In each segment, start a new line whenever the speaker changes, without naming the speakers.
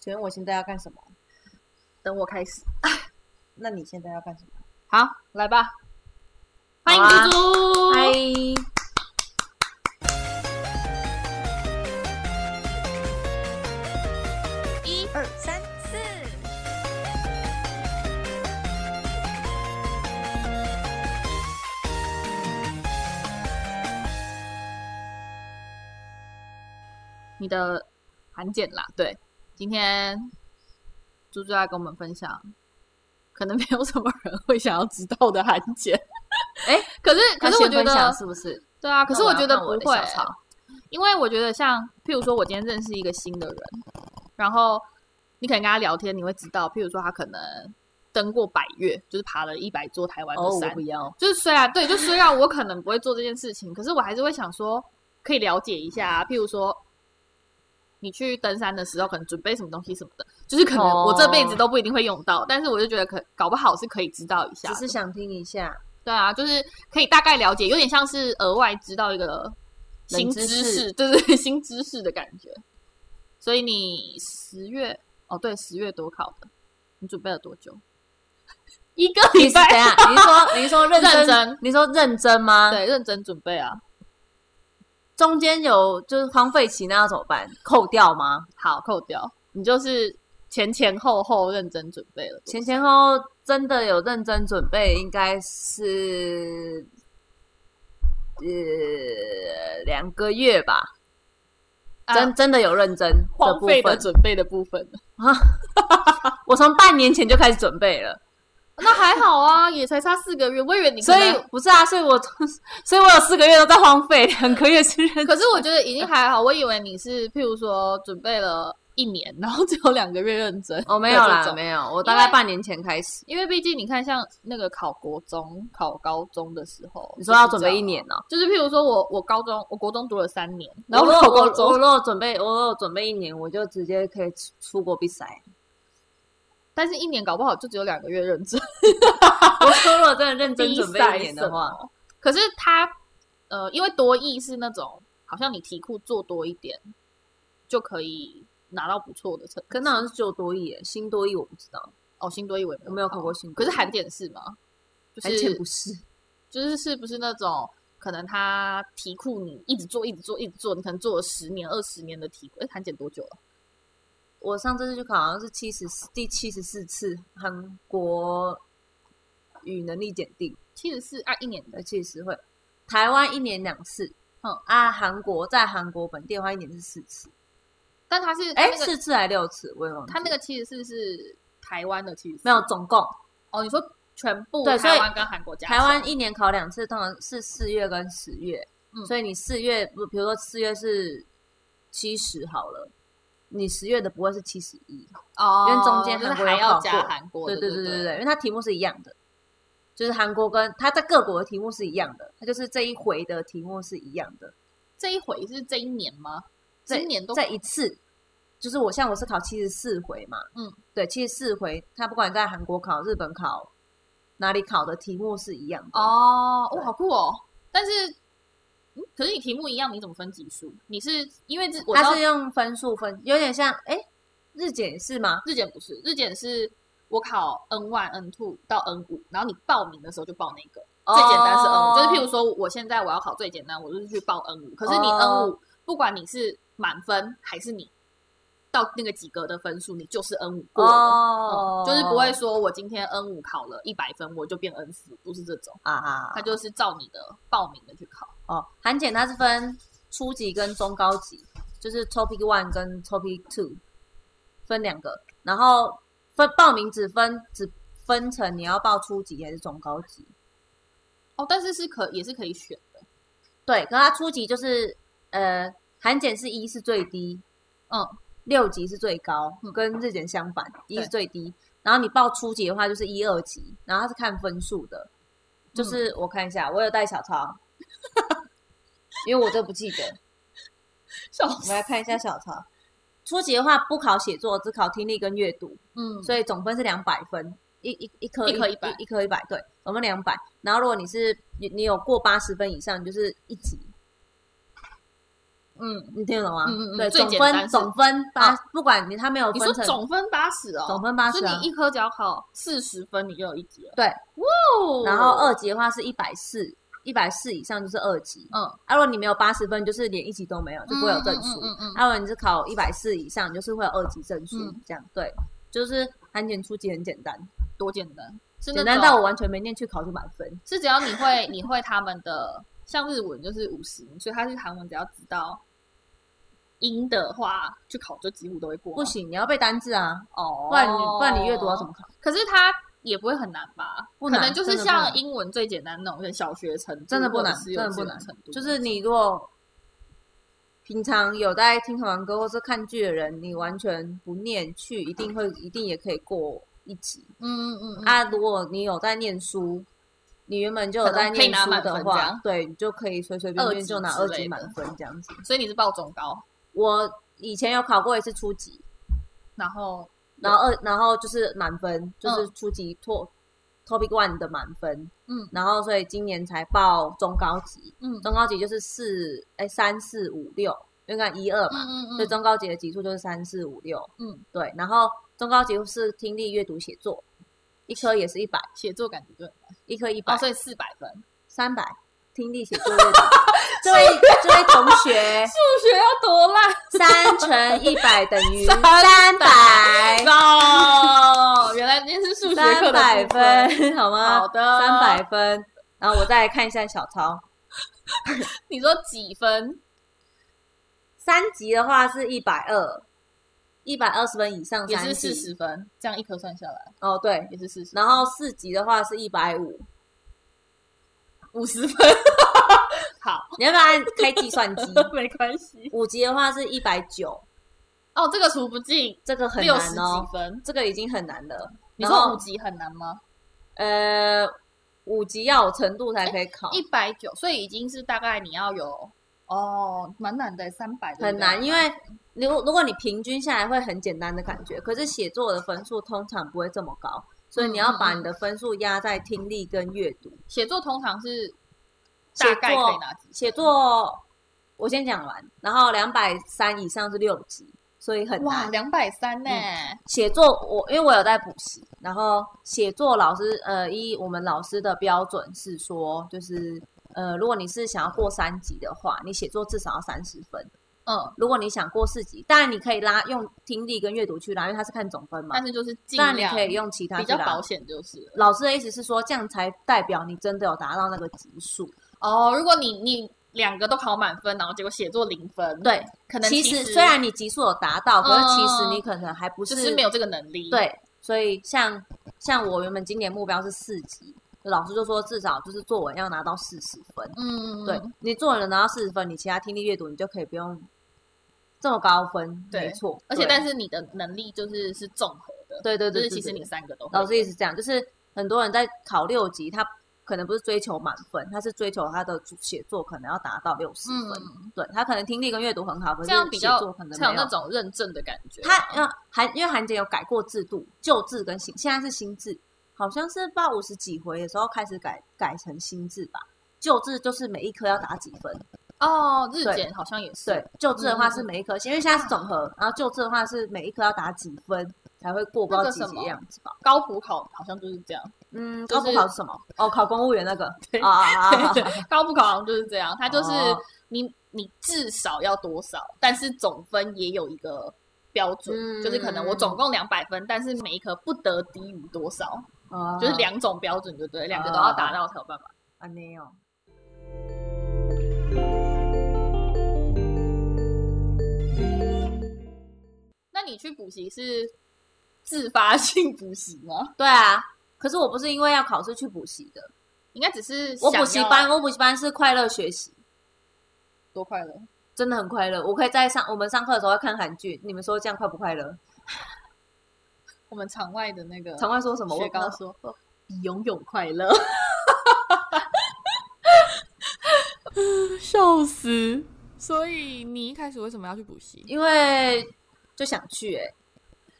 请问我现在要干什么？
等我开始。
那你现在要干什么？好，来吧。
欢迎
好啊
猪猪，
嗨，
一
二三四。
你的盘检啦，对，今天猪猪要跟我们分享，可能没有什么人会想要知道的韩 检。
哎
可是可是我觉
那先分享
得
是不是？
对啊，可是
那我
我
要
觉得
看我
不
的
会
小抄，
因为我觉得像譬如说，我今天认识一个新的人，然后你可能跟他聊天，你会知道，譬如说他可能登过百越，就是爬了一百座台湾的山，
哦要。
就是虽然对，就虽然我可能不会做这件事情，可是我还是会想说，可以了解一下、啊，譬如说，你去登山的时候，可能准备什么东西什么的，就是可能
哦
我这辈子都不一定会用到，但是我就觉得可搞不好是可以知道一下
只
的，
是想听一下，
对啊，就是可以大概了解，有点像是额外知道一个新知
冷知
识，对 对对，新知识的感觉。所以你十月哦，对，十月多考的，你准备了多久？ 一个
你
礼
是等
拜
一，下，你是 说你是说认
认
真，
真
你说认真吗？，
对，认真准备啊。
中间有就是荒废期，那要怎么办？扣掉吗？
好，扣掉，你就是前前后后认真准备了。
前前后后真的有认真准备，应该是呃两个月吧，
啊
真真的有认真的
荒
部
废的
分。
准备的部分，
我从半年前就开始准备了，
那还好啊，也才差四个月。我以为你可
所
能，
以不是啊，所以我 所以我有四个月都在荒废，两个月是认
可是我觉得已经还好。我以为你是，譬如说准备了一年，然后只有两个月认真。
哦没有
这
啦，
种
没有，我
因
大
为
概半年前开始。
因为毕竟你看，像那个考国中、考高中的时候，
你说要准备一年哦、
就是这样，就是譬如说我我高中我国中读了三年，
然
然后
后我
考
我
高
我
中，
如果准备，我如果准备一年，我就直接可以出出国比赛。
但是一年搞不好就只有两个月认真。
我说如果真的认真
比
准备
赛
一年的话
什，么，可是他呃，因为多益是那种好像你题库做多一点就可以拿到不错的成绩。
可那好像是只有多益耶，新多益我不知道，
哦，新多益我也
我没有考过新多
可
益
是韩检是吗？就
而且
是
不是，
就是是不是那种可能他题库你一直做一直做一直做，你可能做了十年二十年的题库，哎，韩检多久了？
我上次去考好像是七十第七十四次韩国语能力检定
七十四啊，一年的
的七十会，台湾一年两次，
嗯
啊，韩国在韩国本地的话一年是四次，
但他是
哎、
他那个
四次还六次，我也忘记了。
他那个七十四是台湾的七十四，
没有总共
哦，你说全部
对所以
台湾跟韩国加起来
台湾一年考两次，通常是四月跟十月，
嗯
所以你四月不，比如说四月是七十好了，你十月的不会是七十一，
哦，
因为中间
就是
韩国
还
有
要
考
加
过
韩国
对
的，对
对对
对
对，因为它题目是一样的，就是韩国跟它在各国的题目是一样的，它就是这一回的题目是一样的，
这一回是这一年吗？
这
今年都
在一次。就是我像我是考七十四回嘛，
嗯，
对，七十四回，它不管在韩国考、日本考，哪里考的题目是一样的。
哦，
对
哇，好酷哦！但是，嗯可是你题目一样，你怎么分级数？你是因为这我知道
它是用分数分，有点像哎，日检是吗？
日检不是日检是。我考 N one、N two 到 N 五，然后你报名的时候就报那个、
哦
最简单是 N 五，就是譬如说我现在我要考最简单，我就是去报 N 五。可是你 N 五、
哦
不管你是满分还是你到那个及格的分数，你就是 N 五过了。
哦
嗯，就是不会说我今天 N 五考了一百分，我就变 N 四，不是这种，
啊，
它就是照你的报名的去考。
哦，韩检它是分初级跟中高级，就是 Topic One 跟 Topic Two 分两个，然后分报名只分只分成你要报初级还是中高级。
哦，但是是可也是可以选的，
对，可它初级就是呃，韩检是一是最低，
嗯，
六级是最高，
嗯
跟日检相反，一
对
是最低。然后你报初级的话就是一二级，然后它是看分数的，就是、我看一下，我有带小抄，因为我这不记得，
笑
我
死
们来看一下小抄。初级的话不考写作，只考听力跟阅读，
嗯，
所以总分是两百分，一一一科
一科100
一科一百，对，总分两百。然后如果你是你你有过八十分以上，你就是一级，
嗯，
你听得懂吗？
嗯嗯嗯
对，
最
总
简
分
单是哦
总分八，不管你他没有
你
分
说
成
总分八十哦，
总分八十、
所
啊
以，你一科只要考四十分，你就有一级了。
对
哦
然后二级的话是一百四，一百四以上就是二级。
嗯，
啊，如果你没有八十分，就是连一级都没有，就不会有证书。
嗯嗯嗯嗯嗯
啊，如果你是考一百四以上，你就是会有二级证书。
嗯
这样对，就是韩检初级很简单，
多简单，是那
简单
种
到我完全没念去考就满分。
是只要你会你会他们的，像日文就是五十，所以他是韩文，只要知道音的话，去考就几乎都会过。啊
不，行，你要背单字啊，
哦，
不然你、不然你阅读要怎么考？
可是它也不会很难吧？
不
可
难
能就是
真的不
像
难
英文最简单那种，小学程度
真的不难
或者是幼
真的不
稚园
难
程度，
就是你如果平常有在听韩文歌或是看剧的人，你完全不念去，一定会一定也可以过一级。
嗯嗯嗯，
啊，如果你有在念书，你原本就有在念书
可能可以拿
的
满分这
话
样，
对，你就可以随随便便就拿
二
二
级之类
级
的
满分这样子。
所以你是报中高，
我以前有考过一次初级，
然后
然后二，然后就是满分，就是
嗯
初级拓 topic one 的满分，
嗯
然后所以今年才报中高级，
嗯
中高级就是四哎三四五六，因为看一二
嗯
嘛，
嗯
所以
嗯
中高级的级数就是三四五六，
嗯，
对，然后中高级是听力、阅读、写作，一科也是一百，
写作感觉就很难
一科一百
哦，，所以四百分，
三百听力写作 阅读。这位这位同学，
数学要多烂
三乘一百等于
三
三百，
哦！原来今天是 数学课
三
的
百
部分，
分，好吗？
好的
三百分。然后我再来看一下小抄，
你说几分？
三级的话是一百二，一百二十分以上
也
三
是
级
四十分，这样一科算下来
哦，对。
也是四十，
然后四级的话是一百五，
五十分。 好，
你要不要按开计算机？
没关系。
五级的话是一百九，
哦，这个除不尽
这个很
六
难
十几
哦，
分。
这个已经很难了。
你
然后
说五级很难吗？
呃，五级要有程度才可以考，
一百九，所以已经是大概你要有哦，蛮难的，三百
很难，因为如果如果你平均下来会很简单的感觉，可是写作的分数通常不会这么高，所以你要把你的分数压在听力跟阅读。
写作通常是
写
大
作
概可以拿几分？
写作我先讲完，然后两百三以上是六级，所以很
哇，
难。嗯
两百三呢，
写作我因为我有在补习，然后写作老师呃，依我们老师的标准是说，就是呃，如果你是想要过三级的话，你写作至少要三十分。
嗯，
如果你想过四级，当然你可以拉用听力跟阅读去拉，因为它是看总分嘛
但。是就是尽
但你
量
可以用其他
比
去
较保
拉。
险就是了。
老师的意思是说，这样才代表你真的有达到那个级数。
哦，如果你你两个都考满分，然后结果写作零分，，
对，
可能
其
实
虽然你级数有达到，可是其实
嗯
你可能还不
就是是没有这个能力，，
对。所以像像我原本今年目标是四级，老师就说至少就是作文要拿到四十分。
嗯，
对你作文能拿到四十分，你其他听力阅读你就可以不用这么高分，
对
没错。
而且
对
但是你的能力就是是综合的，
对对对，
就是
对
其实
对
你三个都会
老师也是这样，就是很多人在考六级，他可能不是追求满分，他是追求他的写作可能要达到六十分。
嗯，
对他可能听力跟阅读很好，可是
这样比
写
较
作可能
才有
没
那
有。
种认证的感觉。啊
他要韩，因为韩姐有改过制度，旧制跟新，现在是新制，好像是不知道五十几回的时候开始改改成新制吧。旧制就是每一科要打几分，
哦，日
对
检好像也是，
对，旧制的话是
嗯嗯
每一科，因为现在是总和，然后旧制的话是每一科要打几分才会过，不知道
那个
几
什
级
么
样子吧。
高普考好像就是这样，
嗯，
就
高
是
普考是什么？哦，考公务员那个。
对
啊啊啊！啊
对， 高普考好像就是这样，它就是
哦
你你至少要多少，但是总分也有一个标准，
嗯
就是可能我总共两百分，但是每一科不得低于多少，
啊
就是两种标准，就
嗯
对，两个都要达到才有办法。
啊没有。
那你去补习是自发 性补习吗？
对啊，可是我不是因为要考试去补习的，
应该只是
我
想
补习
要啊
班，我补习班是快乐学习，
多快乐，
真的很快乐。我可以在上我们上课的时候看韩剧，你们说这样快不快乐？
我们场外的那个
常会说什么？我
呃学高
刚
说比游泳快乐，,
笑死！所以你一开始为什么要去补习？
因为就想去哎、欸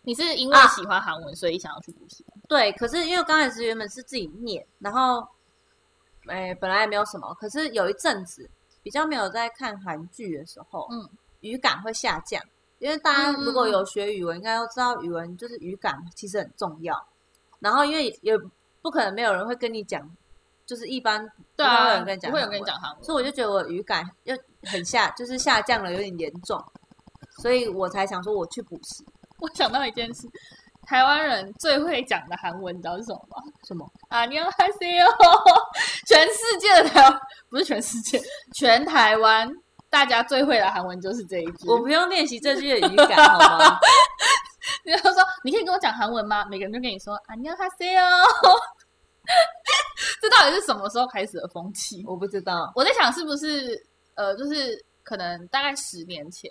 你是因为
啊
喜欢韩文，所以想要去补习吗。
对，可是因为刚开始原本是自己念，然后，哎，本来也没有什么，可是有一阵子比较没有在看韩剧的时候，
嗯，
语感会下降。因为大家
嗯
如果有学语文，应该都知道语文就是语感其实很重要。然后因为也不可能没有人会跟你讲，就是一般
对
不会有
啊，
人跟你讲
不会有
韩
人跟你
文
讲韩文，
所以我就觉得我语感又很下，就是下降了，有点严重，所以我才想说我去补习。
我想到一件事，台湾人最会讲的韩文，你知道是什么吗？
什么？
啊，你要哈 C 哦！ 全世界的台湾不是全世界，全台湾大家最会的韩文就是这一句。
我不用练习这句的语感，好吗？
你要说你可以跟我讲韩文吗？每个人就跟你说啊，你要哈 C 哦。 这到底是什么时候开始的风气？
我不知道，
我在想是不是呃，就是可能大概十年前、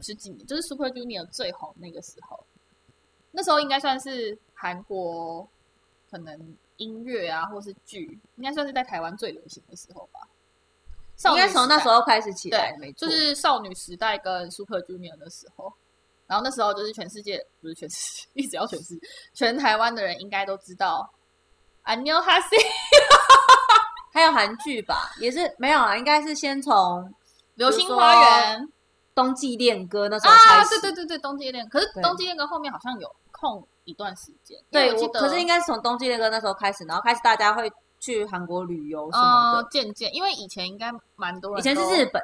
十几年，就是 Super Junior 最红那个时候，那时候应该算是韩国可能音乐啊，或是剧，应该算是在台湾最流行的时候吧。少
应
女
该从那
时
时
代
候开始起来，没
对，
错。
就是少女时代跟 Super Junior 的时候。然后那时候就是全世界不是全世界， 一直要全世界，全台湾的人应该都知道安妞哈西
还有韩剧吧，也是没有啊，应该是先从
流星花园，
冬季恋歌那时候开
啊，
始。
对对对对，冬季恋，可是
对
冬季恋歌后面好像有空一段时间，因
对，
为我
我
记得
可是应该是从冬季恋歌那时候开始，然后开始大家会去韩国旅游什么
呃
的。
渐渐，因为以前应该蛮多人，
以前是日，本，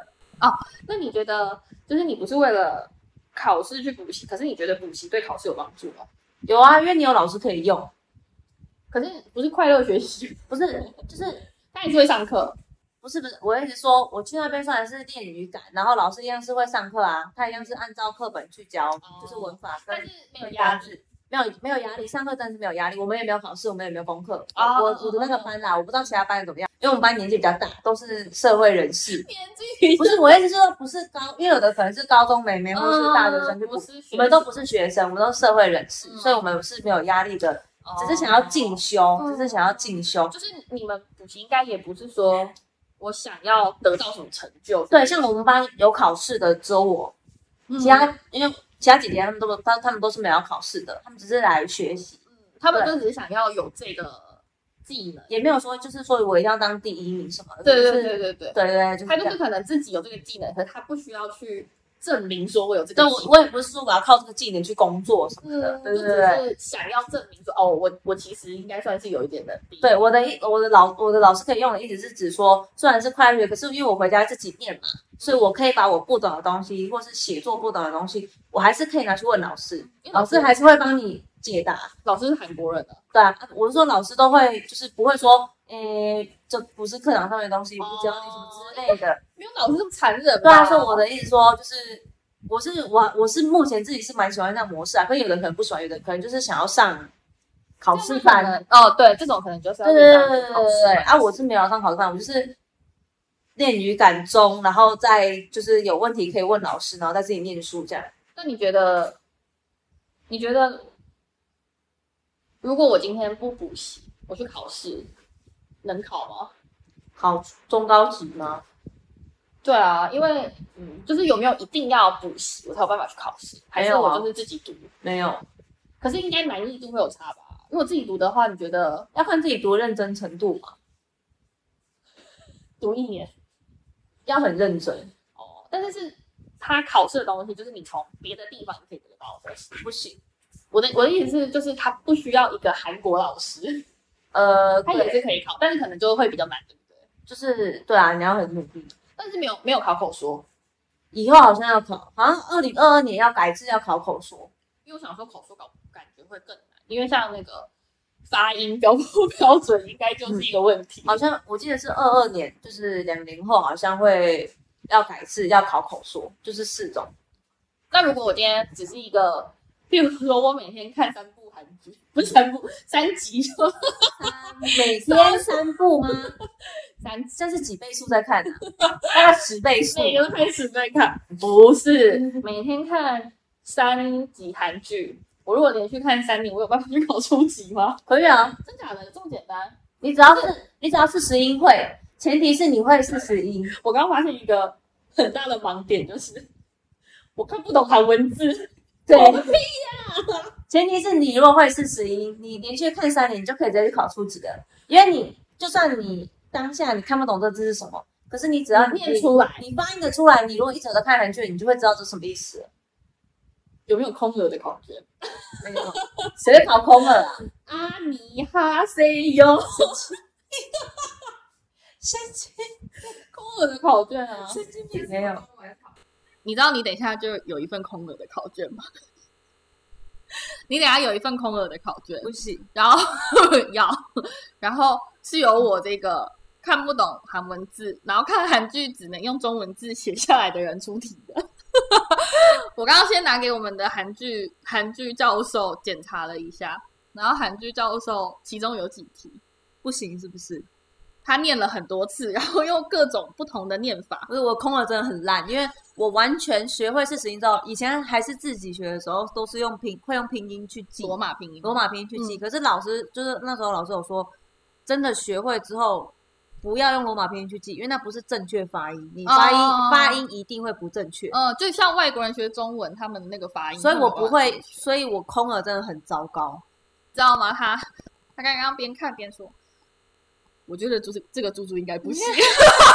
那你觉得就是你不是为了考试去补习，可是你觉得补习对考试有帮助吗？
有啊，因为你有老师可以用，
可是不是快乐学习，
不是就是
那你是会上课，
不是不是，我一直说我去那边算是练语感，然后老师一样是会上课啊，他一样是按照课本去教，就是文法跟
但是没有
跟
压
压
力。
制。没有没有压力，上课真的是没有压力，我们也没有考试，我们也没有功课。
哦
我我的那个班啦，我不知道其他班怎么样，因为我们班年纪比较大，都是社会人 士。
年纪
不是，我意思是说不是高，因为有的可能是高中妹妹或者是大学生去补
不
习，
是学
我们都不是学生，我们都是社会人士，
哦嗯
所以我们是没有压力的，
哦
只是想要进修，只是想要进修。
就是你们补习应该也不是说我想要得到什么成就，
对，像我们班有考试的只有我，
嗯
其他因为其他姐姐她们都她她们都是没有要考试的，她们只是来学习，
他们就只是想要有这个技能。
也没有说就是说我一定要当第一名什么的。
对
就
对
是
对对
对
对，
对，就是这
他就是
样。
可能自己有这个技能，可是他不需要去证明说我有这个
但
技
我
能。
我也不是说我要靠这个技能去工作什么的，
嗯，
对
就
对
只
对对。
是想要证明说，哦，我我其实应该算是有一点能力。
对，我的意我的老我的老师可以用的意思是指说，虽然是快乐学，可是因为我回家自己念嘛，所以我可以把我不懂的东西，或是写作不懂的东西，我还是可以拿去问老师，
因为
老师还是会帮你解答。
老师是韩国人啊，
对啊，我是说老师都会，就是不会说，诶，这不是课堂上面的东西，不教你什么之类的。
没有老师这么残忍
对啊，
吧。
所以我的意思说，就是我是我我是目前自己是蛮喜欢这样模式啊，可是有人可能不喜欢，有的可能就是想要上考试
这样
班
可，能哦，对，这种可能就是要
对对对
去
对
当
对
考试
对
嘛
啊！我是没有上考试班，我就是练语感中，然后再就是有问题可以问老师，然后再自己念书这样。
那你觉得？你觉得，如果我今天不补习，我去考试，能考吗？
考中高级吗？
对啊，因为嗯，就是有没有一定要补习，我才有办法去考试，还
没
是
有啊
我就是自己读？
没有，
可是应该难易度会有差吧？如果自己读的话，你觉得
要看自己多认真程度嘛，
读一年
要很认真，
哦？但是是他考试的东西，就是你从别的地方可以得到的。
不行。
我的我的意思是，就是他不需要一个韩国老师，
呃，
他也
对，
是可以考，但是可能就会比较难，对不对？
就是对啊，你要很努力。
但是没有没有考口说，
以后好像要考，好像二零二二年要改制要考口说，
因为我想说口说搞感觉会更难，因为像那个发音标不标准，应该就是一个问题。
好像我记得是二二年，就是两零后好像会要改制要考口说，就是四种。
那如果我今天只是一个，譬如说我每天看三部韩剧，不是三部三集就
啊每天三步吗？
三集，
现在是几倍速在看啊？大概十倍速。
每天开始在看，不是每天看三集韩剧。我如果连续看三年，我有办法去考初级吗？
可以啊，
真假的这么简单？
你只要是你只要是十音会，前提是你会四十音。
我刚发现一个很大的盲点，就是我看不懂韩文字。
对
我屁，
前提是你如果会四十音，你连续看三年，你就可以直接去考初级的，因为你就算你当下你看不懂这字是什么，可是你只要
你念出来
你翻译的出来，你如果一整个看韩剧，你就会知道这什么意思了。
有没有空了的感觉？
没有， 谁在考空了啊？
阿尼哈 C U，
神经
空了的考卷啊，
神经病！没有，
你知道你等一下就有一份空额的考卷吗？ 你等一下有一份空额的考卷，
不行，
然后 要，然后是由我这个看不懂韩文字，然后看韩剧只能用中文字写下来的人出题的。 我刚刚先拿给我们的韩剧韩剧教授检查了一下，然后韩剧教授其中有几题
不行，是不是？
他念了很多次，然后用各种不同的念法，
不是我空了真的很烂，因为我完全学会四十音之后，以前还是自己学的时候，都是用拼会用拼音去记
罗马拼音，
罗马嗯拼音去记。可是老师就是那时候老师有说，真的学会之后不要用罗马拼音去记，因为那不是正确发音，你发音、
哦
发音一定会不正确。
嗯，就像外国人学中文，他们那个发音，
所以我不
他们
会
的发音，
所以我空耳真的很糟糕。
知道吗？他他刚刚边看边说，我觉得猪这个猪猪应该 不行，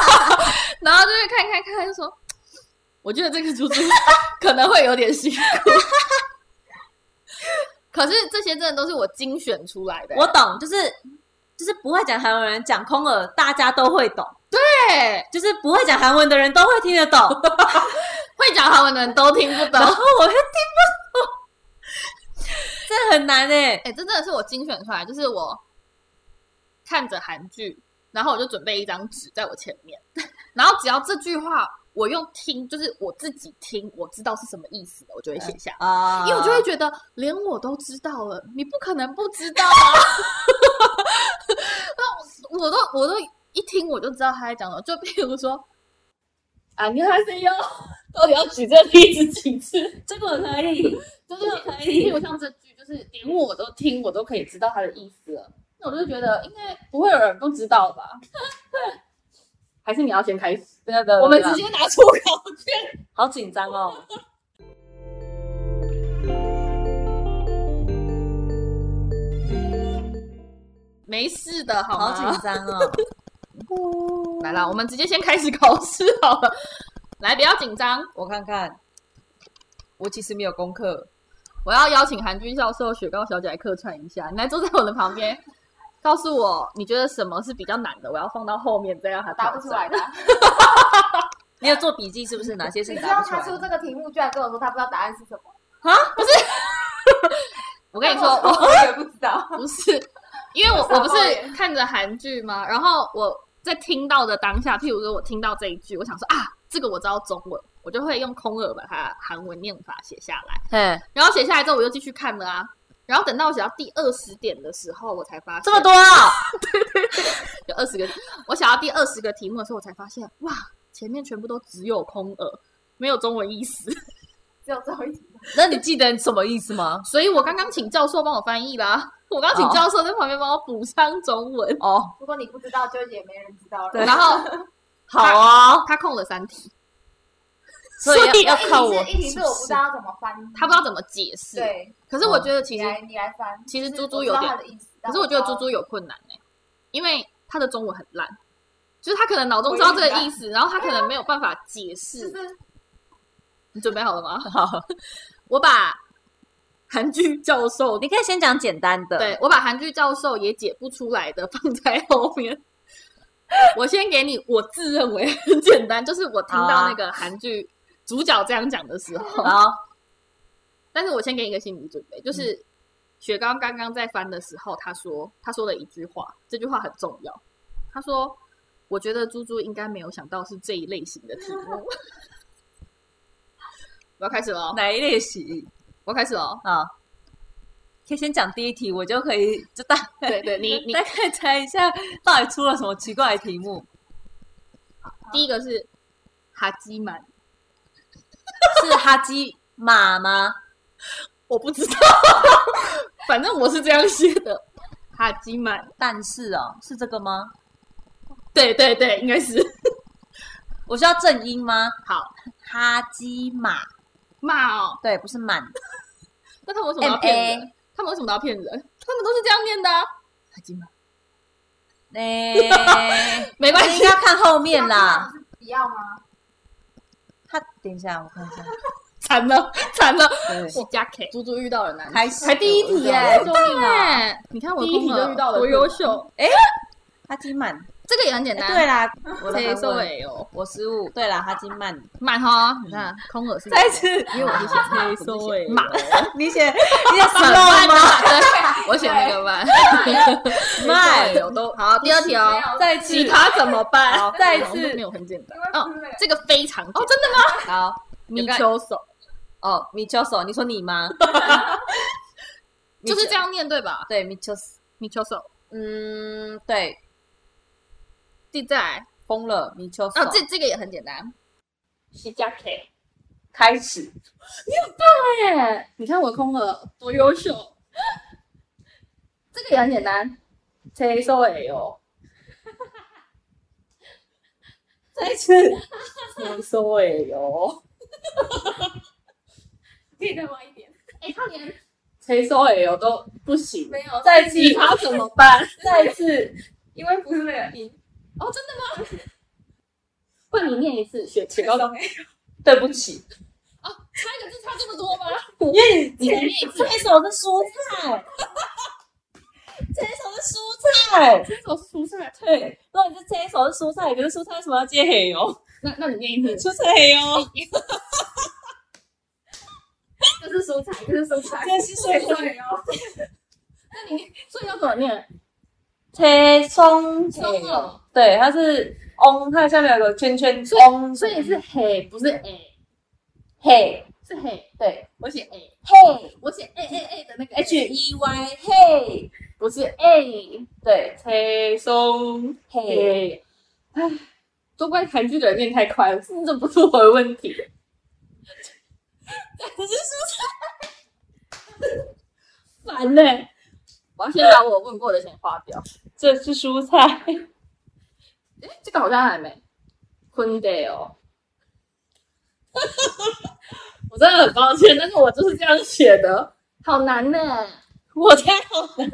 然后就是看看看就说，我觉得这个猪猪可能会有点辛苦。可是这些真的都是我精选出来的、欸
我懂，就是就是不会讲韩文的人讲空耳，大家都会懂，
对
就是不会讲韩文的人都会听得懂。
会讲韩文的人都听不懂
然。后我又听不懂，这很难哎、
哎、这真的是我精选出来，就是我看着韩剧，然后我就准备一张纸在我前面， 然后只要这句话我用听，就是我自己听，我知道是什么意思的，我就会写下。
啊
因为我就会觉得，连我都知道了，你不可能不知道啊！ 那我我都我都一听我就知道他在讲什么，就比如说，
阿尼哈 C U，到底要举这例子几次？
这个我可以，
就是
可以
例如像这句，就是连我都听，我都可以知道它的意思了。那我就觉得应该不会有人不知道吧？ 还是你要先开始？
不要不要
我们直接拿出考卷。
好紧张哦。
没事的，好
好
吗？
紧张哦！
来啦，我们直接先开始考试好了。来，不要紧张，
我看看，我其实没有功课，
我要邀请韩剧教授雪糕小姐来客串一下，你来坐在我的旁边，告诉我你觉得什么是比较难的，我要放到后面再让他
答不出来的。
没有做笔记，是不是？哪些是
你
你
知
答
道
不出
他
来
出
的？
这个题目，居然跟我说他不知道答案是什么？
我跟你说，我
我也不知道。
不是，因为我我不是看着韩剧吗？然后我在听到的当下，譬如说我听到这一句，我想说啊，这个我知道中文，我就会用空耳把它韩文念法写下来，
嘿，
然后写下来之后我又继续看了啊。然后等到我写到第二十点的时候，我才发现
这么多啊！
有二十个，我想到第二十个题目的时候，我才发现，哇，前面全部都只有空耳，没有中文意思。
只有最后一题。
那你记得什么意思吗？
所以我刚刚请教授帮我翻译啦，我刚刚
哦
请教授在旁边帮我补上中文，
哦，
如果你不知道，就也没人知道了。
对
然后
好哦，
他空了三题，
所以要
一题
要
是
靠我，
一题
是
是我
不
不知
是？
道要怎么翻，
他不知道怎么解释。，
对，
可是我觉得其
你
实，
来你来翻。
其实
就是
猪猪
我知
有
道
点
他的意思，
可
但
是我觉得猪
不知道
猪有困难呢、因为他的中文很烂，就是他可能脑中知道这个意思，然后他可能没有办法解释。
就是
你准备好了吗？好，我把韩剧教授
你可以先讲简单的，
对，我把韩剧教授也解不出来的放在后面。我先给你我自认为很简单，就是我听
好啊
到那个韩剧主角这样讲的时候，
好，
但是我先给你一个心理准备，
嗯
就是雪糕刚刚在翻的时候，他说他说了一句话，这句话很重要。他说：“我觉得猪猪应该没有想到是这一类型的题目。” 我要开始了哦，
哪一类型？
我要开始了哦。
啊，可以先讲第一题，我就可以就大
对对，你你
大概猜一下到底出了什么奇怪的题目，
第一个是哈基满，
是哈基马吗？
我不知道，反正我是这样写的。哈基满，
但是哦，是这个吗？
对对对，应该是
我需要正音吗？
好
哈基马，
骂哦。
对，不是满
那他们为什么
，M
要骗
A
人？他们为什么要骗人？他们都是这样念的、啊。哈基满，
哎、
没关系
应，该看后面啦。
是不要吗？
他等一下，我看一下。
惨了惨了，
对，
我加 K，足足遇到了难题，
开始
才第一题耶、
哎
救命啊！你看我
第一题
空了
就遇到了
多优秀，哎
哈基曼。
这个也很简单。
哎对啦，我
谁
的
收
韩文
尾哦？
我失误。对啦，哈基曼。
满哈，你看空耳是
再次，
因为我 是写黑收尾哦 满
你写你写
满
slow 吗？
对，我选那个满
慢
我都好。第二题哦，
再次
其他怎么办
好？再一次
好像没有很简单
哦
哦，，这个非常哦，真的吗？好，
你
泥
看
鳅手
哦，米丘手，你说你 吗？
就是这。样念对吧？
对，米丘，
泥鳅手，
嗯，对，
第再来
疯了，米丘手。
哦，这这个也很简单，
西加 K 开始，你很棒哎！你看我空了多优秀，这个也很简单，谁收尾哟？再一次，谁收尾哟？
可以再慢一点。
哎，他连谁收尾哟哦都不行，
没有，
再一次他怎么办？再一次，
因为不是那个音。
哦，真的吗？换你念一次，雪雪糕
高中哎，
对不起，
差一个字差这么多吗？
你再念一次，
这一首是蔬 菜，这一首是蔬菜，
这首蔬菜，
对，如果你是这一首是蔬菜，可是蔬菜为什么要接黑油？
那那你念一次。
蔬菜黑油，
这是蔬菜，这是蔬菜，
这是水果。
对哦。
所以要怎么念？
切松
松哦，
对，它是翁，它下面有个圈圈
所
翁，
所以是嘿，不是诶，
嘿，
是嘿。
对
我写诶，
嘿
我写诶诶诶的那个
H E Y 嘿，
不是
哎
诶。
对
嘿松
嘿，
嘿，唉，都怪韩剧的人念太快了，这不是我的问题。
可是蔬
烦呢、我要先把我问过的先花掉。
这是蔬菜，
诶，这个好像还没。坤得哦。我真的很抱歉，但是我就是这样写的，好难呢、
我才好难，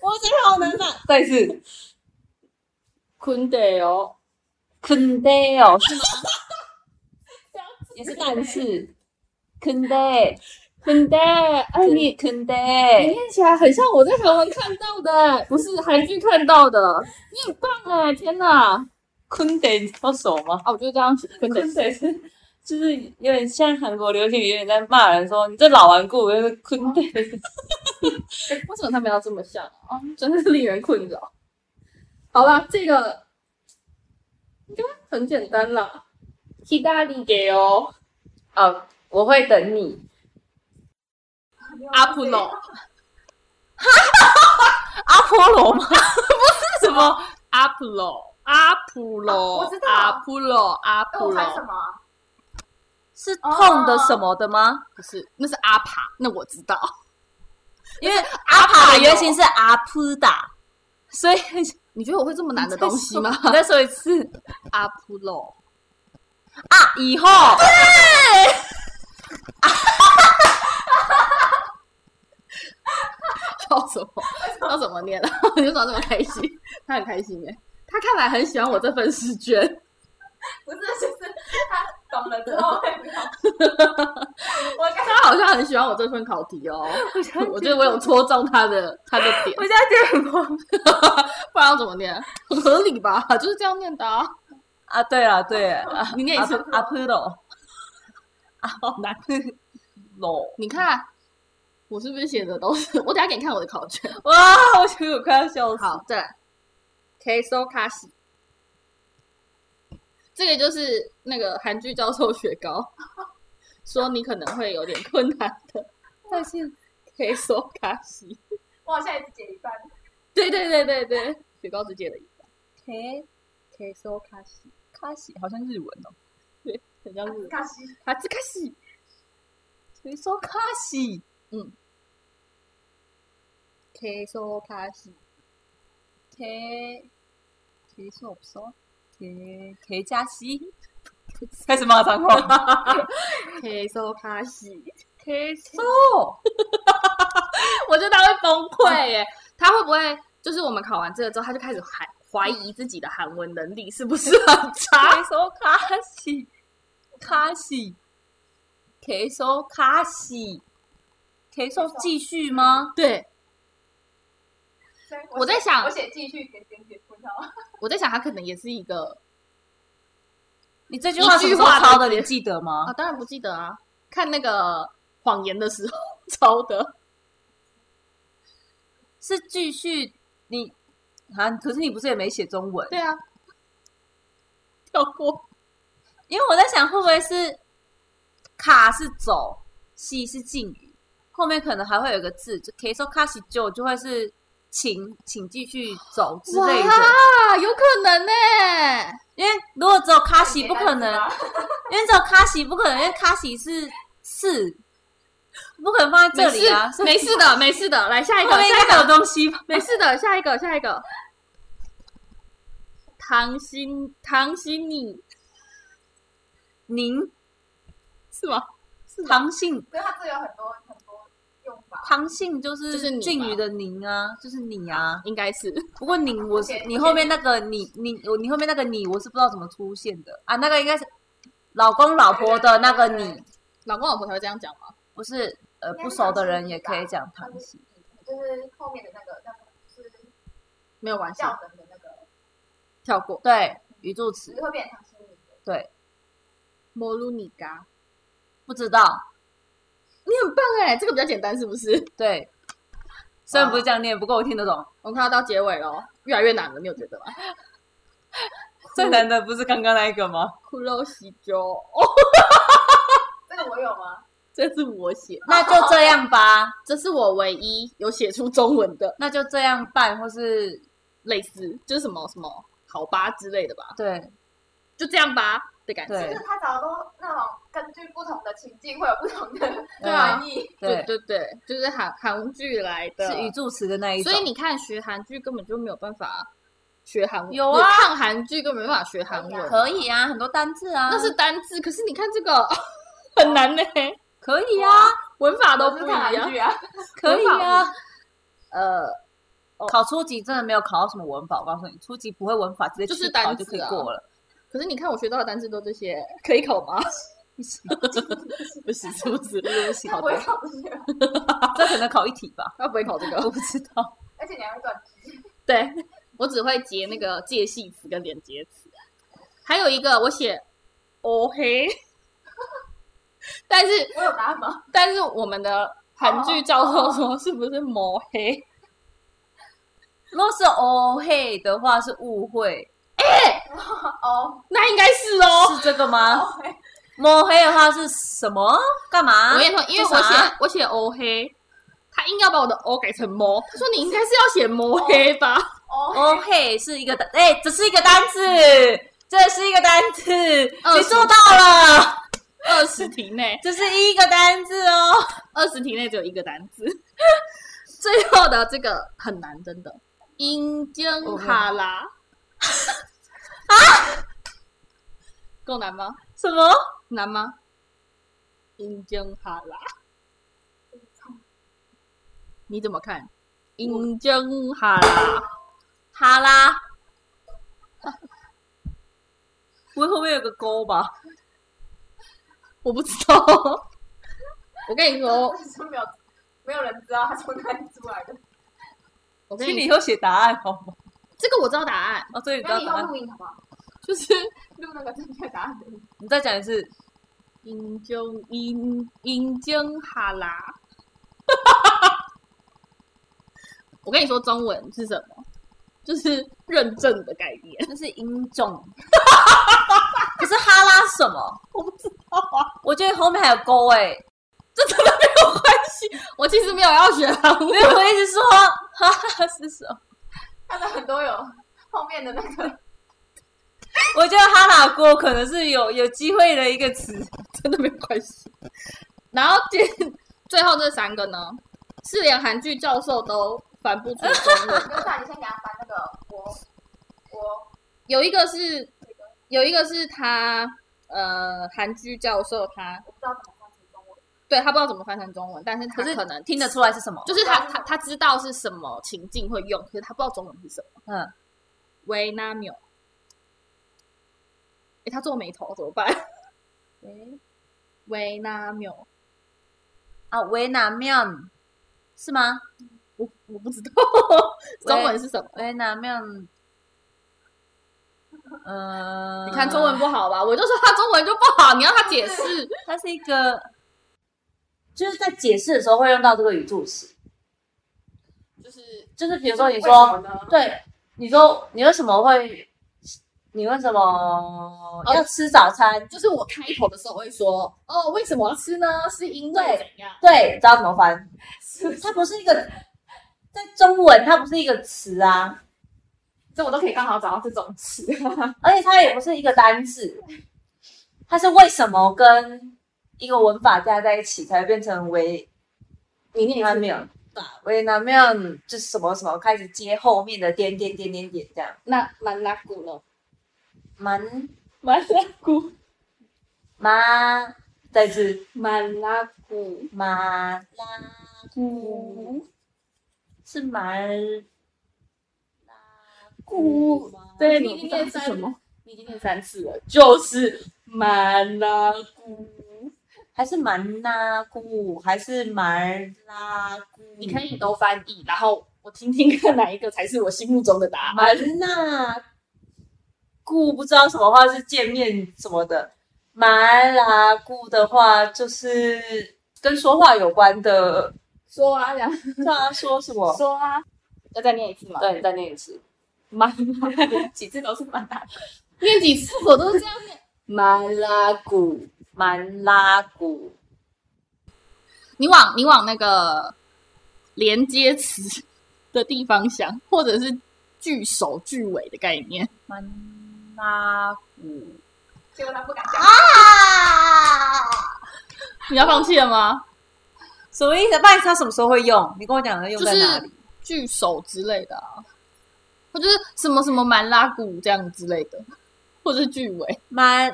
我才好难呐！再次，
坤得哦。
肯得哦，是吗？也是但是，肯得，
很的，哎，
肯
你
肯得，
你念起来很像我在韩文看到的，不是韩剧看到的。你很棒哎，天哪！
肯得，你知道手吗？
啊，我就这样写， 真的
坤得是，就是有点像韩国流行语，有点在骂人说你这老顽固，就是坤得。
哦 为什么他们要这么像啊？啊真是令人困扰。好啦，这个应该很简单啦。意大利给哦，
哦，我会等你。
阿普 罗，
阿波罗吗？
什么阿普罗？阿普罗，
啊我知道
阿普罗，阿
哎，
普
我猜什
罗，
么啊？
是痛的什么的吗？
不是，那是阿帕，那我知道。
因为阿帕的原型是阿普达，所以
你觉得我会这么难的东西吗？
你再说一次
阿普罗，
啊，以后
笑什么？笑什么念了？你就笑这么开心，他很开心耶。他看来很喜欢我这份试卷，
不是，就是他懂了之后会秒。我刚
他好像很喜欢我这份考题哦。我觉得我有戳中他的他的点，
我现在觉得很慌
不然要怎么念？合理吧？就是这样念的啊。
啊！对了对啊
你念一次，
阿普 罗，阿难罗
你看我是不是写的都是？我等一下给你看我的考卷。
哇！我觉得我快要笑死。
好，再来。K so 卡西，这个就是那个韩剧教授雪糕说你可能会有点困难的，但是 K so 卡 西，
我好像也只解一半。
对对对对对，雪糕只解了一半
K
K so 卡西，
卡西好像日文 哦，
很像是
卡西，
哈兹卡西，
谁说卡西？
K so 卡西，
K K 说不说？K K 加西， 开始骂脏话。
K so 卡西，
K 说
我觉得他会崩溃耶，他会不会？就就是我们考完这个之后，他就开始怀怀疑自己的韩文能力是不是很差。
手卡西，卡西，以手卡西，以手继续吗？
对，
所以
我在
写
想
我写继续点点点，不知道。
我在想他可能也是一个
你这句话
一
是
句
候
话
抄
都
的，
记
你记得吗
啊，？当然不记得啊，看那个谎言的时候 抄的。
是继续你啊？可是你不是也没写中文？
对啊，跳过。
因为我在想，会不会是卡是走，西是敬语，后面可能还会有一个字，就可以说卡西就就会是请请继续走之类的。
哇，啊有可能欸呢、
因为如果只有卡西，不可
你
能
也，单词
因为只有卡西不可能，因为卡西是是，不可能放在
没
这里
事
啊。，所以
没事的，没事的。来下一个，
后面应
下一
该还有
个，
东西吧？
没事的，下一个，下一个。唐心，唐心你
您
是吗？
唐信
所以它这有很多很多用法。
唐信就
就是
是
你
敬
吧
语的您啊，就是你啊。
应该是。
不过你我是
OK，
你
OK
后面那个你你我你后面那个你我是不知道怎么出现的啊，那个应该是老公老婆的那个
对对
你
对，
老公老婆才会这样讲吗？
不是呃
应该
不
是
熟的
唐
人
信
也
吧
可以讲唐
就是
信，
就是后面的那个那个就是
没有关系，
叫人的那个，
跳过。
对语助
只
词
是会变成唐心理的。
摩鲁尼嘎，
不知道
你很棒哎、这个比较简单是不是？
对，虽然不是这样念，不过我听得懂。
我看到到结尾了，越来越难了，你有觉得吗？
最难的不是刚刚那一个吗？
骷髅喜酒，哦，
这个我有吗？
这是我写，
那就这样吧，
这是我唯一有写出中文的，
那就这样办，或是
类似就是什么什么好吧之类的吧，
对
就这样吧的感
就
对
觉。
是它找到那种根据不同的情境会有不同的
对
啊
翻译。
呃对，啊
对对，就是韩韩剧来的，
是语助词的那一种
所以。你看学韩剧根本就没有办法学韩文，
有啊
你看韩剧根本没办法学韩
可以啊
文，
可以啊，很多单字啊，
那是单字，可是你看这个 很难呢、
可以啊，
文法都
我
不
是
一
看韩
样。
剧啊，
可以啊。
呃，
考初级真的没有考到什么文法，我告诉你，初级不会文法直接
就是
去考
单
就
字
可以
啊
过了。
可是你看我学到的单字都这些，可以考吗？ 不行，是 不是？好
不会
的，
考这些，
这可能考一题吧，
他不会考这个，
我不知道。
而且你还会断句。
对 我只会截那个介系词跟连接词，啊还有一个我写哦嘿，但是
我有答案吗？
但是我们的韩剧教授说是不是抹黑？
如果是哦嘿的话是误会，
哦，
那应该是哦。
是这个吗？摸黑的话是什么？干嘛？
我跟你说，因为我
啊是
写
啥
我写哦嘿，他硬要把我的哦改成摸，他说你应该是要写摸黑吧？
哦，
哦嘿是一个单，哎、这是一个单字，这是一个单字，
二
你
十
做到了，
二十题内，
这是一个单字哦。
二十题内只有一个单字。最后的这个很难，真的。阴茎哈拉啊， 够难吗？
什么？
难吗？阴茎哈拉，你怎么看？阴茎哈拉，
哈拉？不会后面有个勾吧？
我不知道。 我跟你说，
是没有没有人知道他从哪里出来的。
我跟
请
你
你
说，
后写答案好吗？
这个我知道答案，
哦，这里知
那
道
你以
答
后
案。
录音好不好？
就是
录那个正确答案的音。
你再讲一次，
阴茎阴阴茎哈拉。 我跟你说，中文是什么？就是认证的概念。
那是音重。 可是哈拉是什么？
我不知道啊，
我觉得后面还有勾哎、
这真的没有关系。我其实没有要学韩文
没，有，我一直说哈哈是什么？
他的很多有后面的那个，
我觉得哈拉锅可能是有有机会的一个词。
真的没有关系。然后接最后这三个呢，是连韩剧教授都翻不出中文。
刘大，你先给他翻那个我我
有一个是有一个是他呃韩剧教授他
我不知道怎么翻成中文。
对他不知道怎么翻成中文，但是他
可是
可能
听得出来是什么？
就是他他他知道是什么情境会用，可是他不知道中文是什么。
嗯，
维纳缪，诶，他皱眉头怎么 办？维维纳缪，
啊，维纳妙是吗？
我我不知道中文是什么。
维纳妙，呃，
嗯
你看中文，不好吧？我就说他中文就不好，你要他解释。
它是一个，就是在解释的时候会用到这个语助词，
就是
就是比如说你
为什
说，
么呢
对，你说你为什么会，你为什么
哦
要吃早餐？
就是我开头的时候会说，哦，为什么要吃呢？是因为怎样？
对，知道怎么翻？它不是一个在中文，它不是一个词啊，
这我都可以刚好找到这种词，
而且它也不是一个单字，它是为什么跟一个文法加在一起才会变成为
你念一
那
次
面，为那面就是什么什么开始接后面的点点点点点这样，
那蛮拉古了，
蛮
蛮拉古，
妈再一次
蛮拉古
马拉
古
是马
古，对
对你
你
已
已经
经念
念
三
三，你已经念三次了，就是蛮拉古，
还是蛮拉姑还是蛮拉姑？
你可以都翻译，然后我听听看哪一个才是我心目中的答案。
蛮那姑不知道什么话是见面什么的，蛮拉姑的话就是跟说话有关的，
说啊，然
让他说什么？
说啊，要 再念一次吗？
对，再念一次。
蛮 拉古，几次都是蛮拉古，
念几次我都是这样念。
蛮拉古，
蛮拉姑，
你往你往那个连接词的地方想，或者是句首句尾的概念。
蛮拉姑
结果他不敢讲。
啊！
你要放弃了吗？
什么意思？不然他什么时候会用？你跟我讲的用
就
在哪
是
里？
句首之类的啊，或者是什么什么蛮拉古这样之类的，或者是句尾。
马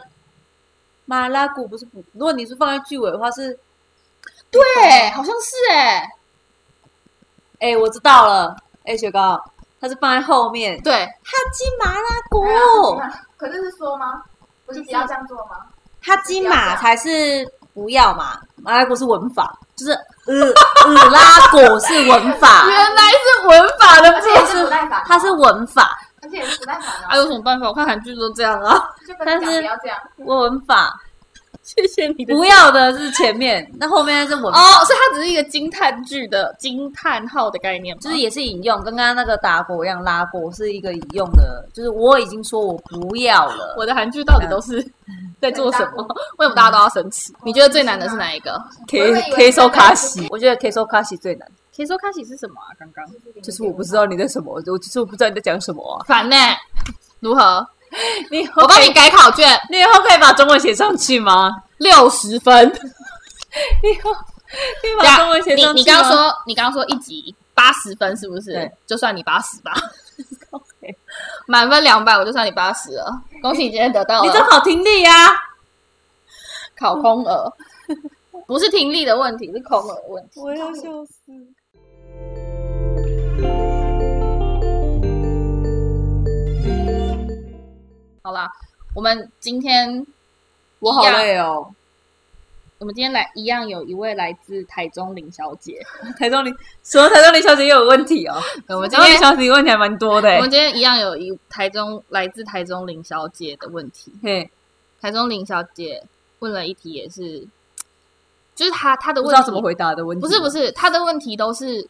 马拉古不是补，如果你是放在句尾的话是，
对，好像是哎、
哎、我知道了，哎、雪糕，它是放在后面。
对，
哈基马拉
哎
古，
可是是说吗？不是
就是
只要这样做吗？
哈基马才是不要嘛，马拉古是文法，就是呃呃拉古是文法，
原来是 文法的
而
部
且也
分。
是古代法，啊
它呃是文法，
而且也是古代法
啊，
的哦，
有什么办法？我看韩剧都这样啊。
就跟
但
你讲
呃是
不要这样。
文法
谢谢你的
不要的是前面，那后面是文法，
哦，所以它只是一个惊叹句的惊叹号的概念吗，
就是也是引用，跟刚刚那个打狗一样，拉狗是一个引用的，就是我已经说我不要了，
我的韩剧到底都是在做什么？为什么嗯大家都要生气？你觉得最难的是哪一个
我以
K
为
K 收卡西，我觉得 K 收卡西最难，
k i s o k a s i 是什么啊？刚刚
就是我不知道你在什么，我其实我不知道你在讲什么啊。
烦呢、如何？
你
哦
以后
我帮
可以
你改考卷，
你以后可以把中文写上去吗？
六十分。
你以后可以
这
把
样
中 文写上去吗？
你你刚刚说你刚刚说一集八十分是不是
对？
就算你八十 吧。满分两百，我就算你八十了。恭喜你今天得到
你这
了
考听力呀、啊，
考 空额，不是听力的问题，是空额的问题。
我要笑死。
好啦，我们今天
我好累哦，
我们今天来一样有一位来自台中林小姐，
台中林，什么台中林小姐也有问题哦？
我们
台
今
中林
天
小姐问题还蛮多的、
我
欸
们，今天一样有一台中来自台中林小姐的问题。
嘿，
台中林小姐问了一题，也是，就是她她的
不
问
知
题
道怎么回答的问题，哦
不是不，是她的问题都是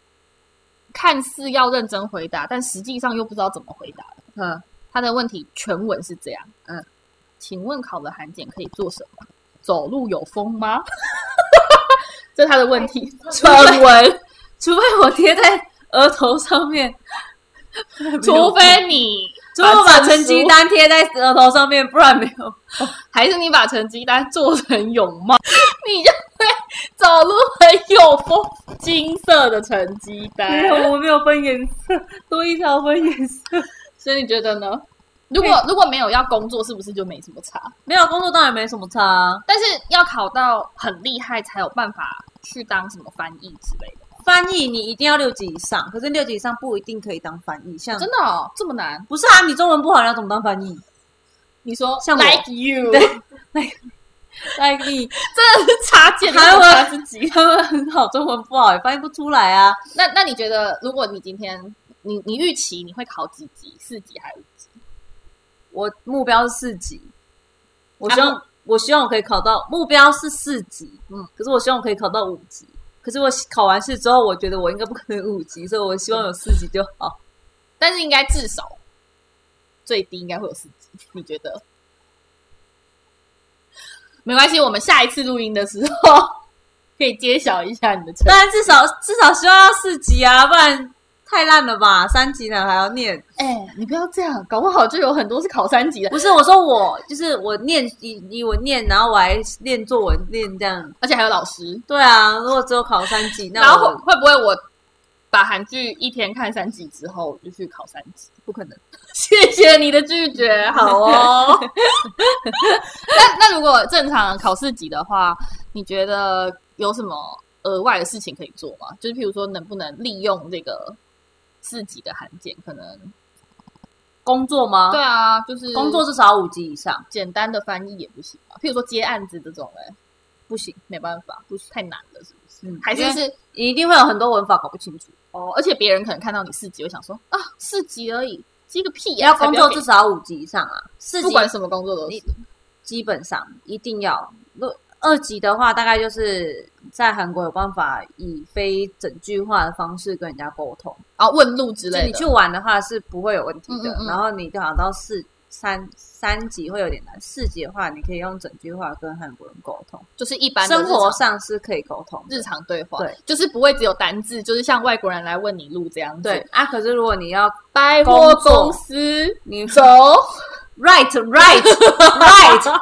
看似要认真回答，但实际上又不知道怎么回答。
嗯，
她的问题全文是这样，
嗯，
请问考了韩检可以做什么？走路有风吗？ 这是她的问题，
除非文，除非我贴在额头上 面，
除非你
除非我把成绩单贴在额头上面，不然没有。
还是你把成绩单做成泳帽， 你就会走路很有风。金色的成绩
哦没
单，
有，我没有分颜色，多一条分颜色。
所以你觉得呢？如果如果没有要工作，是不是就没什么差？
没有工作当然没什么差啊。
但是要考到很厉害才有办法去当什么翻译之类的，
翻译你一定要六级以上，可是六级以上不一定可以当翻译。像
真的哦，这么难？
不是啊，你中文不好，你要怎么当翻译
你说
像我
like you，
对
真
？Like 你
的是差劲，
韩文
差自 己。
他们很好，中文不好也翻译不出来啊。
那那你觉得，如果你今天你你预期你会考几级？四级还是五级？
我目标是四级，我
啊
希望、我希望我可以考到目标是四级，
嗯
嗯，可是我希望我可以考到五级。可是我考完试之后，我觉得我应该不可能五级，所以我希望有四级就好。
但是应该至少最低应该会有四级，你觉得？没关系，我们下一次录音的时候 可以揭晓一下你的成绩。
当然，至少至少希望要四级啊，不然太烂了吧？三级哪还要念？
哎、你不要这样，搞不好就有很多是考三级 的，
不是，我说我就是我念以以我念，然后我还练作文练这样。
而且还有老师。
对啊，如果只有考三级，
然
那
后
我
会会不会我把韩剧一天看三集之后，我就去考三级？
不可能。
谢谢你的拒 绝，好哦。那那如果正常考试级的话，你觉得有什么额外的事情可以做吗？就是譬如说，能不能利用这个四级的函件？可能
工作吗？
对，啊，就是
工作至少要五级以上，
简单的翻译也不行嘛。譬如说接案子这种、哎，
不行，
没办法，不太难了，是不是？
嗯
还是
因为
是
你一定会有很多文法搞不清楚。
哦，而且别人可能看到你四级，会想说啊，四级而已，这个屁、啊！
要
才
工
不
作
给
至少要五级以上啊，四
不
级
管什么工作都是
你基本上一定要。如二级的话，大概就是在韩国有办法以非整句话的方式跟人家沟通，
啊，问路之
就
类
你
的
去。玩的话是不会有问题的。
嗯嗯嗯
然后你考到四三三级会有点难，四级的话你可以用整句话跟韩国人沟通，
就是一般的
生
日
活
常
上是可以沟通的。
日常对话，
对，
就是不会只有单字，就是像外国人来问你路这样子。
对，啊，可是如果你要
百货
工作
公司
你
走，
right right right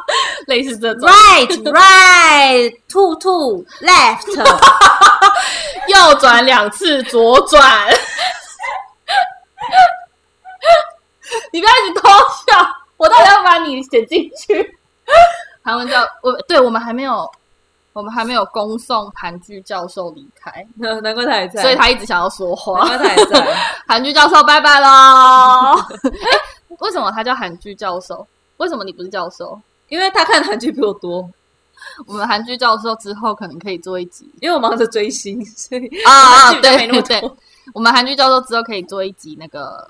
类似这种
right right 兔兔 left。
右转两次，左转。 你不要一直偷笑，我到底要把你写进去？韩文教，我对我们还没有，我们还没有恭送韩剧教授离开，
难难怪他还在，
所以他一啊直想要说话。
难怪他还在。
韩剧教授拜拜 喽！哎为什么他叫韩剧教授？为什么你不是教授？
因为他看韩剧比我多，
我们韩剧教授之后可能可以做一集
因为我忙着追星，所以
啊
韩剧比较没那么
对，
多。
我们韩剧教授之后可以做一集那个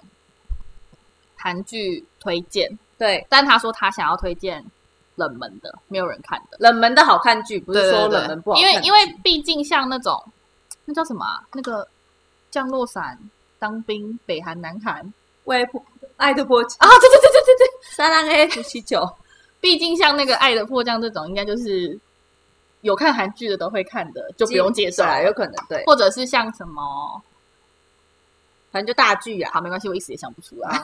韩剧推荐，
对，
但他说他想要推荐冷门的，没有人看的，
冷门的好看剧，不
不
是说冷门不好看，
因为因为毕竟像那种那叫什么啊、那个降落伞、当兵、北韩、南韩
为爱的迫切
啊，对对对对对对，
三三 A 九七 九，
毕竟像那个《爱的迫降》这种，应该就是有看韩剧的都会看的，就不用介绍
对啊，有可能对，
或者是像什么，
反正就大剧啊。
好，没关系，我一时也想不出来。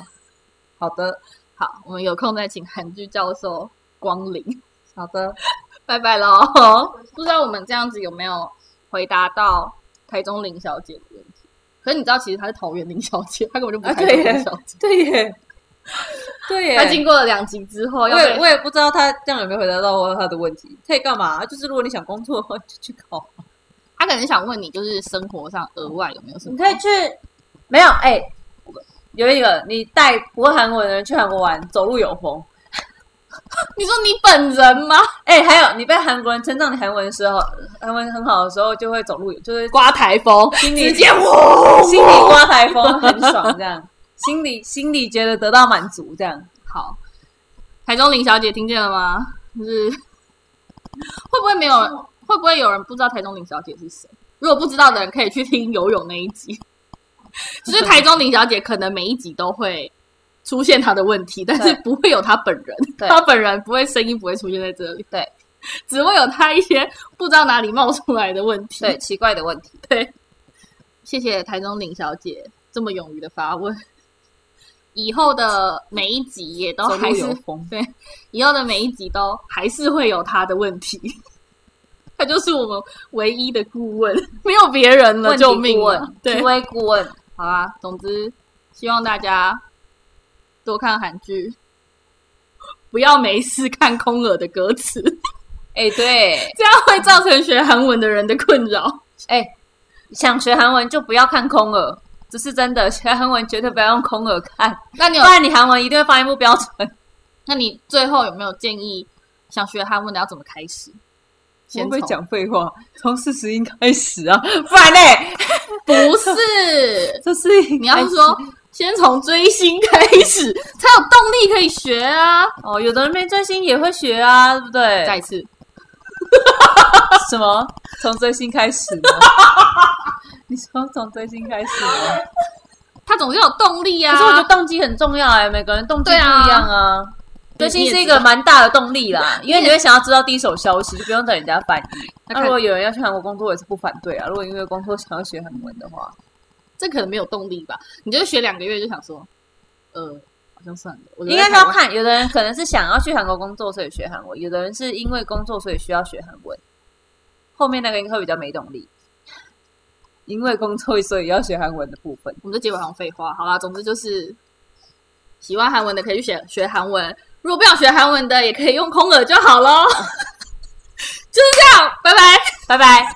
好的，
好，我们有空再请韩剧教授光临，
好的，
拜拜喽！ 不知道我们这样子有没有回答到台中林小姐的问题？可是你知道，其实她是桃园林小姐，她根本就不是
啊
台中
对耶
林小姐。
对耶，对耶。
她经过了两集之后，
我
要
也
被
我也不知道他这样有没有回答到我他的问题，可以干嘛？就是如果你想工作的话，就去考。
她可能想问你，就是生活上额外有没有什么？
你可以去，没有哎、有一个你带不会韩文的人去韩国玩，走路有风。
你说你本人吗？
哎、还有你被韩国人称赞你韩文的时候，韩文很好的时候，就会走路，就是
刮台风，
心里
直接我。
心里刮台风，很爽这样，心里心里觉得得到满足这样。
好，台中林小姐听见了吗？就是会不会没有人？会不会有人不知道台中林小姐是谁？如果不知道的人，可以去听游泳那一 集。就是台中林小姐，可能每一集都会出现她的问题，但是
对
不会有她本人，
对
她本人不会声音不会出现在这里，
对，
只会有她一些不知道哪里冒出来的问题。
对，奇怪的问题，
谢谢台中林小姐这么勇于的发问。以后的每一集也都
走
还
路
是
有风。
对，以后的每一集都还是会有他的问题，他就是我们唯一的顾问，没有别人了，
问题
救
顾
命了啊
问，
对，
QA 顾问，
好啦，总之希望大家多看韩剧，不要没事看空耳的歌词，
哎、对，
这样会造成学韩文的人的困扰。
哎、想学韩文就不要看空耳，这是真的。学韩文绝对不要用空耳看，
那你
不
有？
然你韩文一定会发音不标准。
那你最后有没有建议想学韩文的要怎么开始？先从
废话，从四十音开始啊，不然嘞，
不是，
这是
你要说先从追星开始，才有动力可以学啊！
哦，有的人没追星也会学啊，对不对？
再一次，
什么？从追星开始 吗？你说从追星开始吗？
他总是有动力啊。
可是我觉得动机很重要哎、每个人动机不
对
一
啊
样啊。追星是一个蛮大的动力啦，因为你会想要知道第一手消息，就不用等人家翻译。那
看
如果有人要去韩国工作，我也是不反对啊。如果因为工作想要学韩文的话，
这可能没有动力吧？你就学两个月就想说，呃，好像算了，我留
应
在
该是
台
要
湾
看，有的人可能是想要去韩国工作，所以学韩文；有的人是因为工作，所以需要学韩文。后面那个应该会比较没动力，因为工作所以要学韩文的部分。
我们这结尾好像废话。好啦，总之就是喜欢韩文的可以去学学韩文，如果不想学 韩文的，也可以用空耳就好喽。就是这样，拜拜。
拜拜。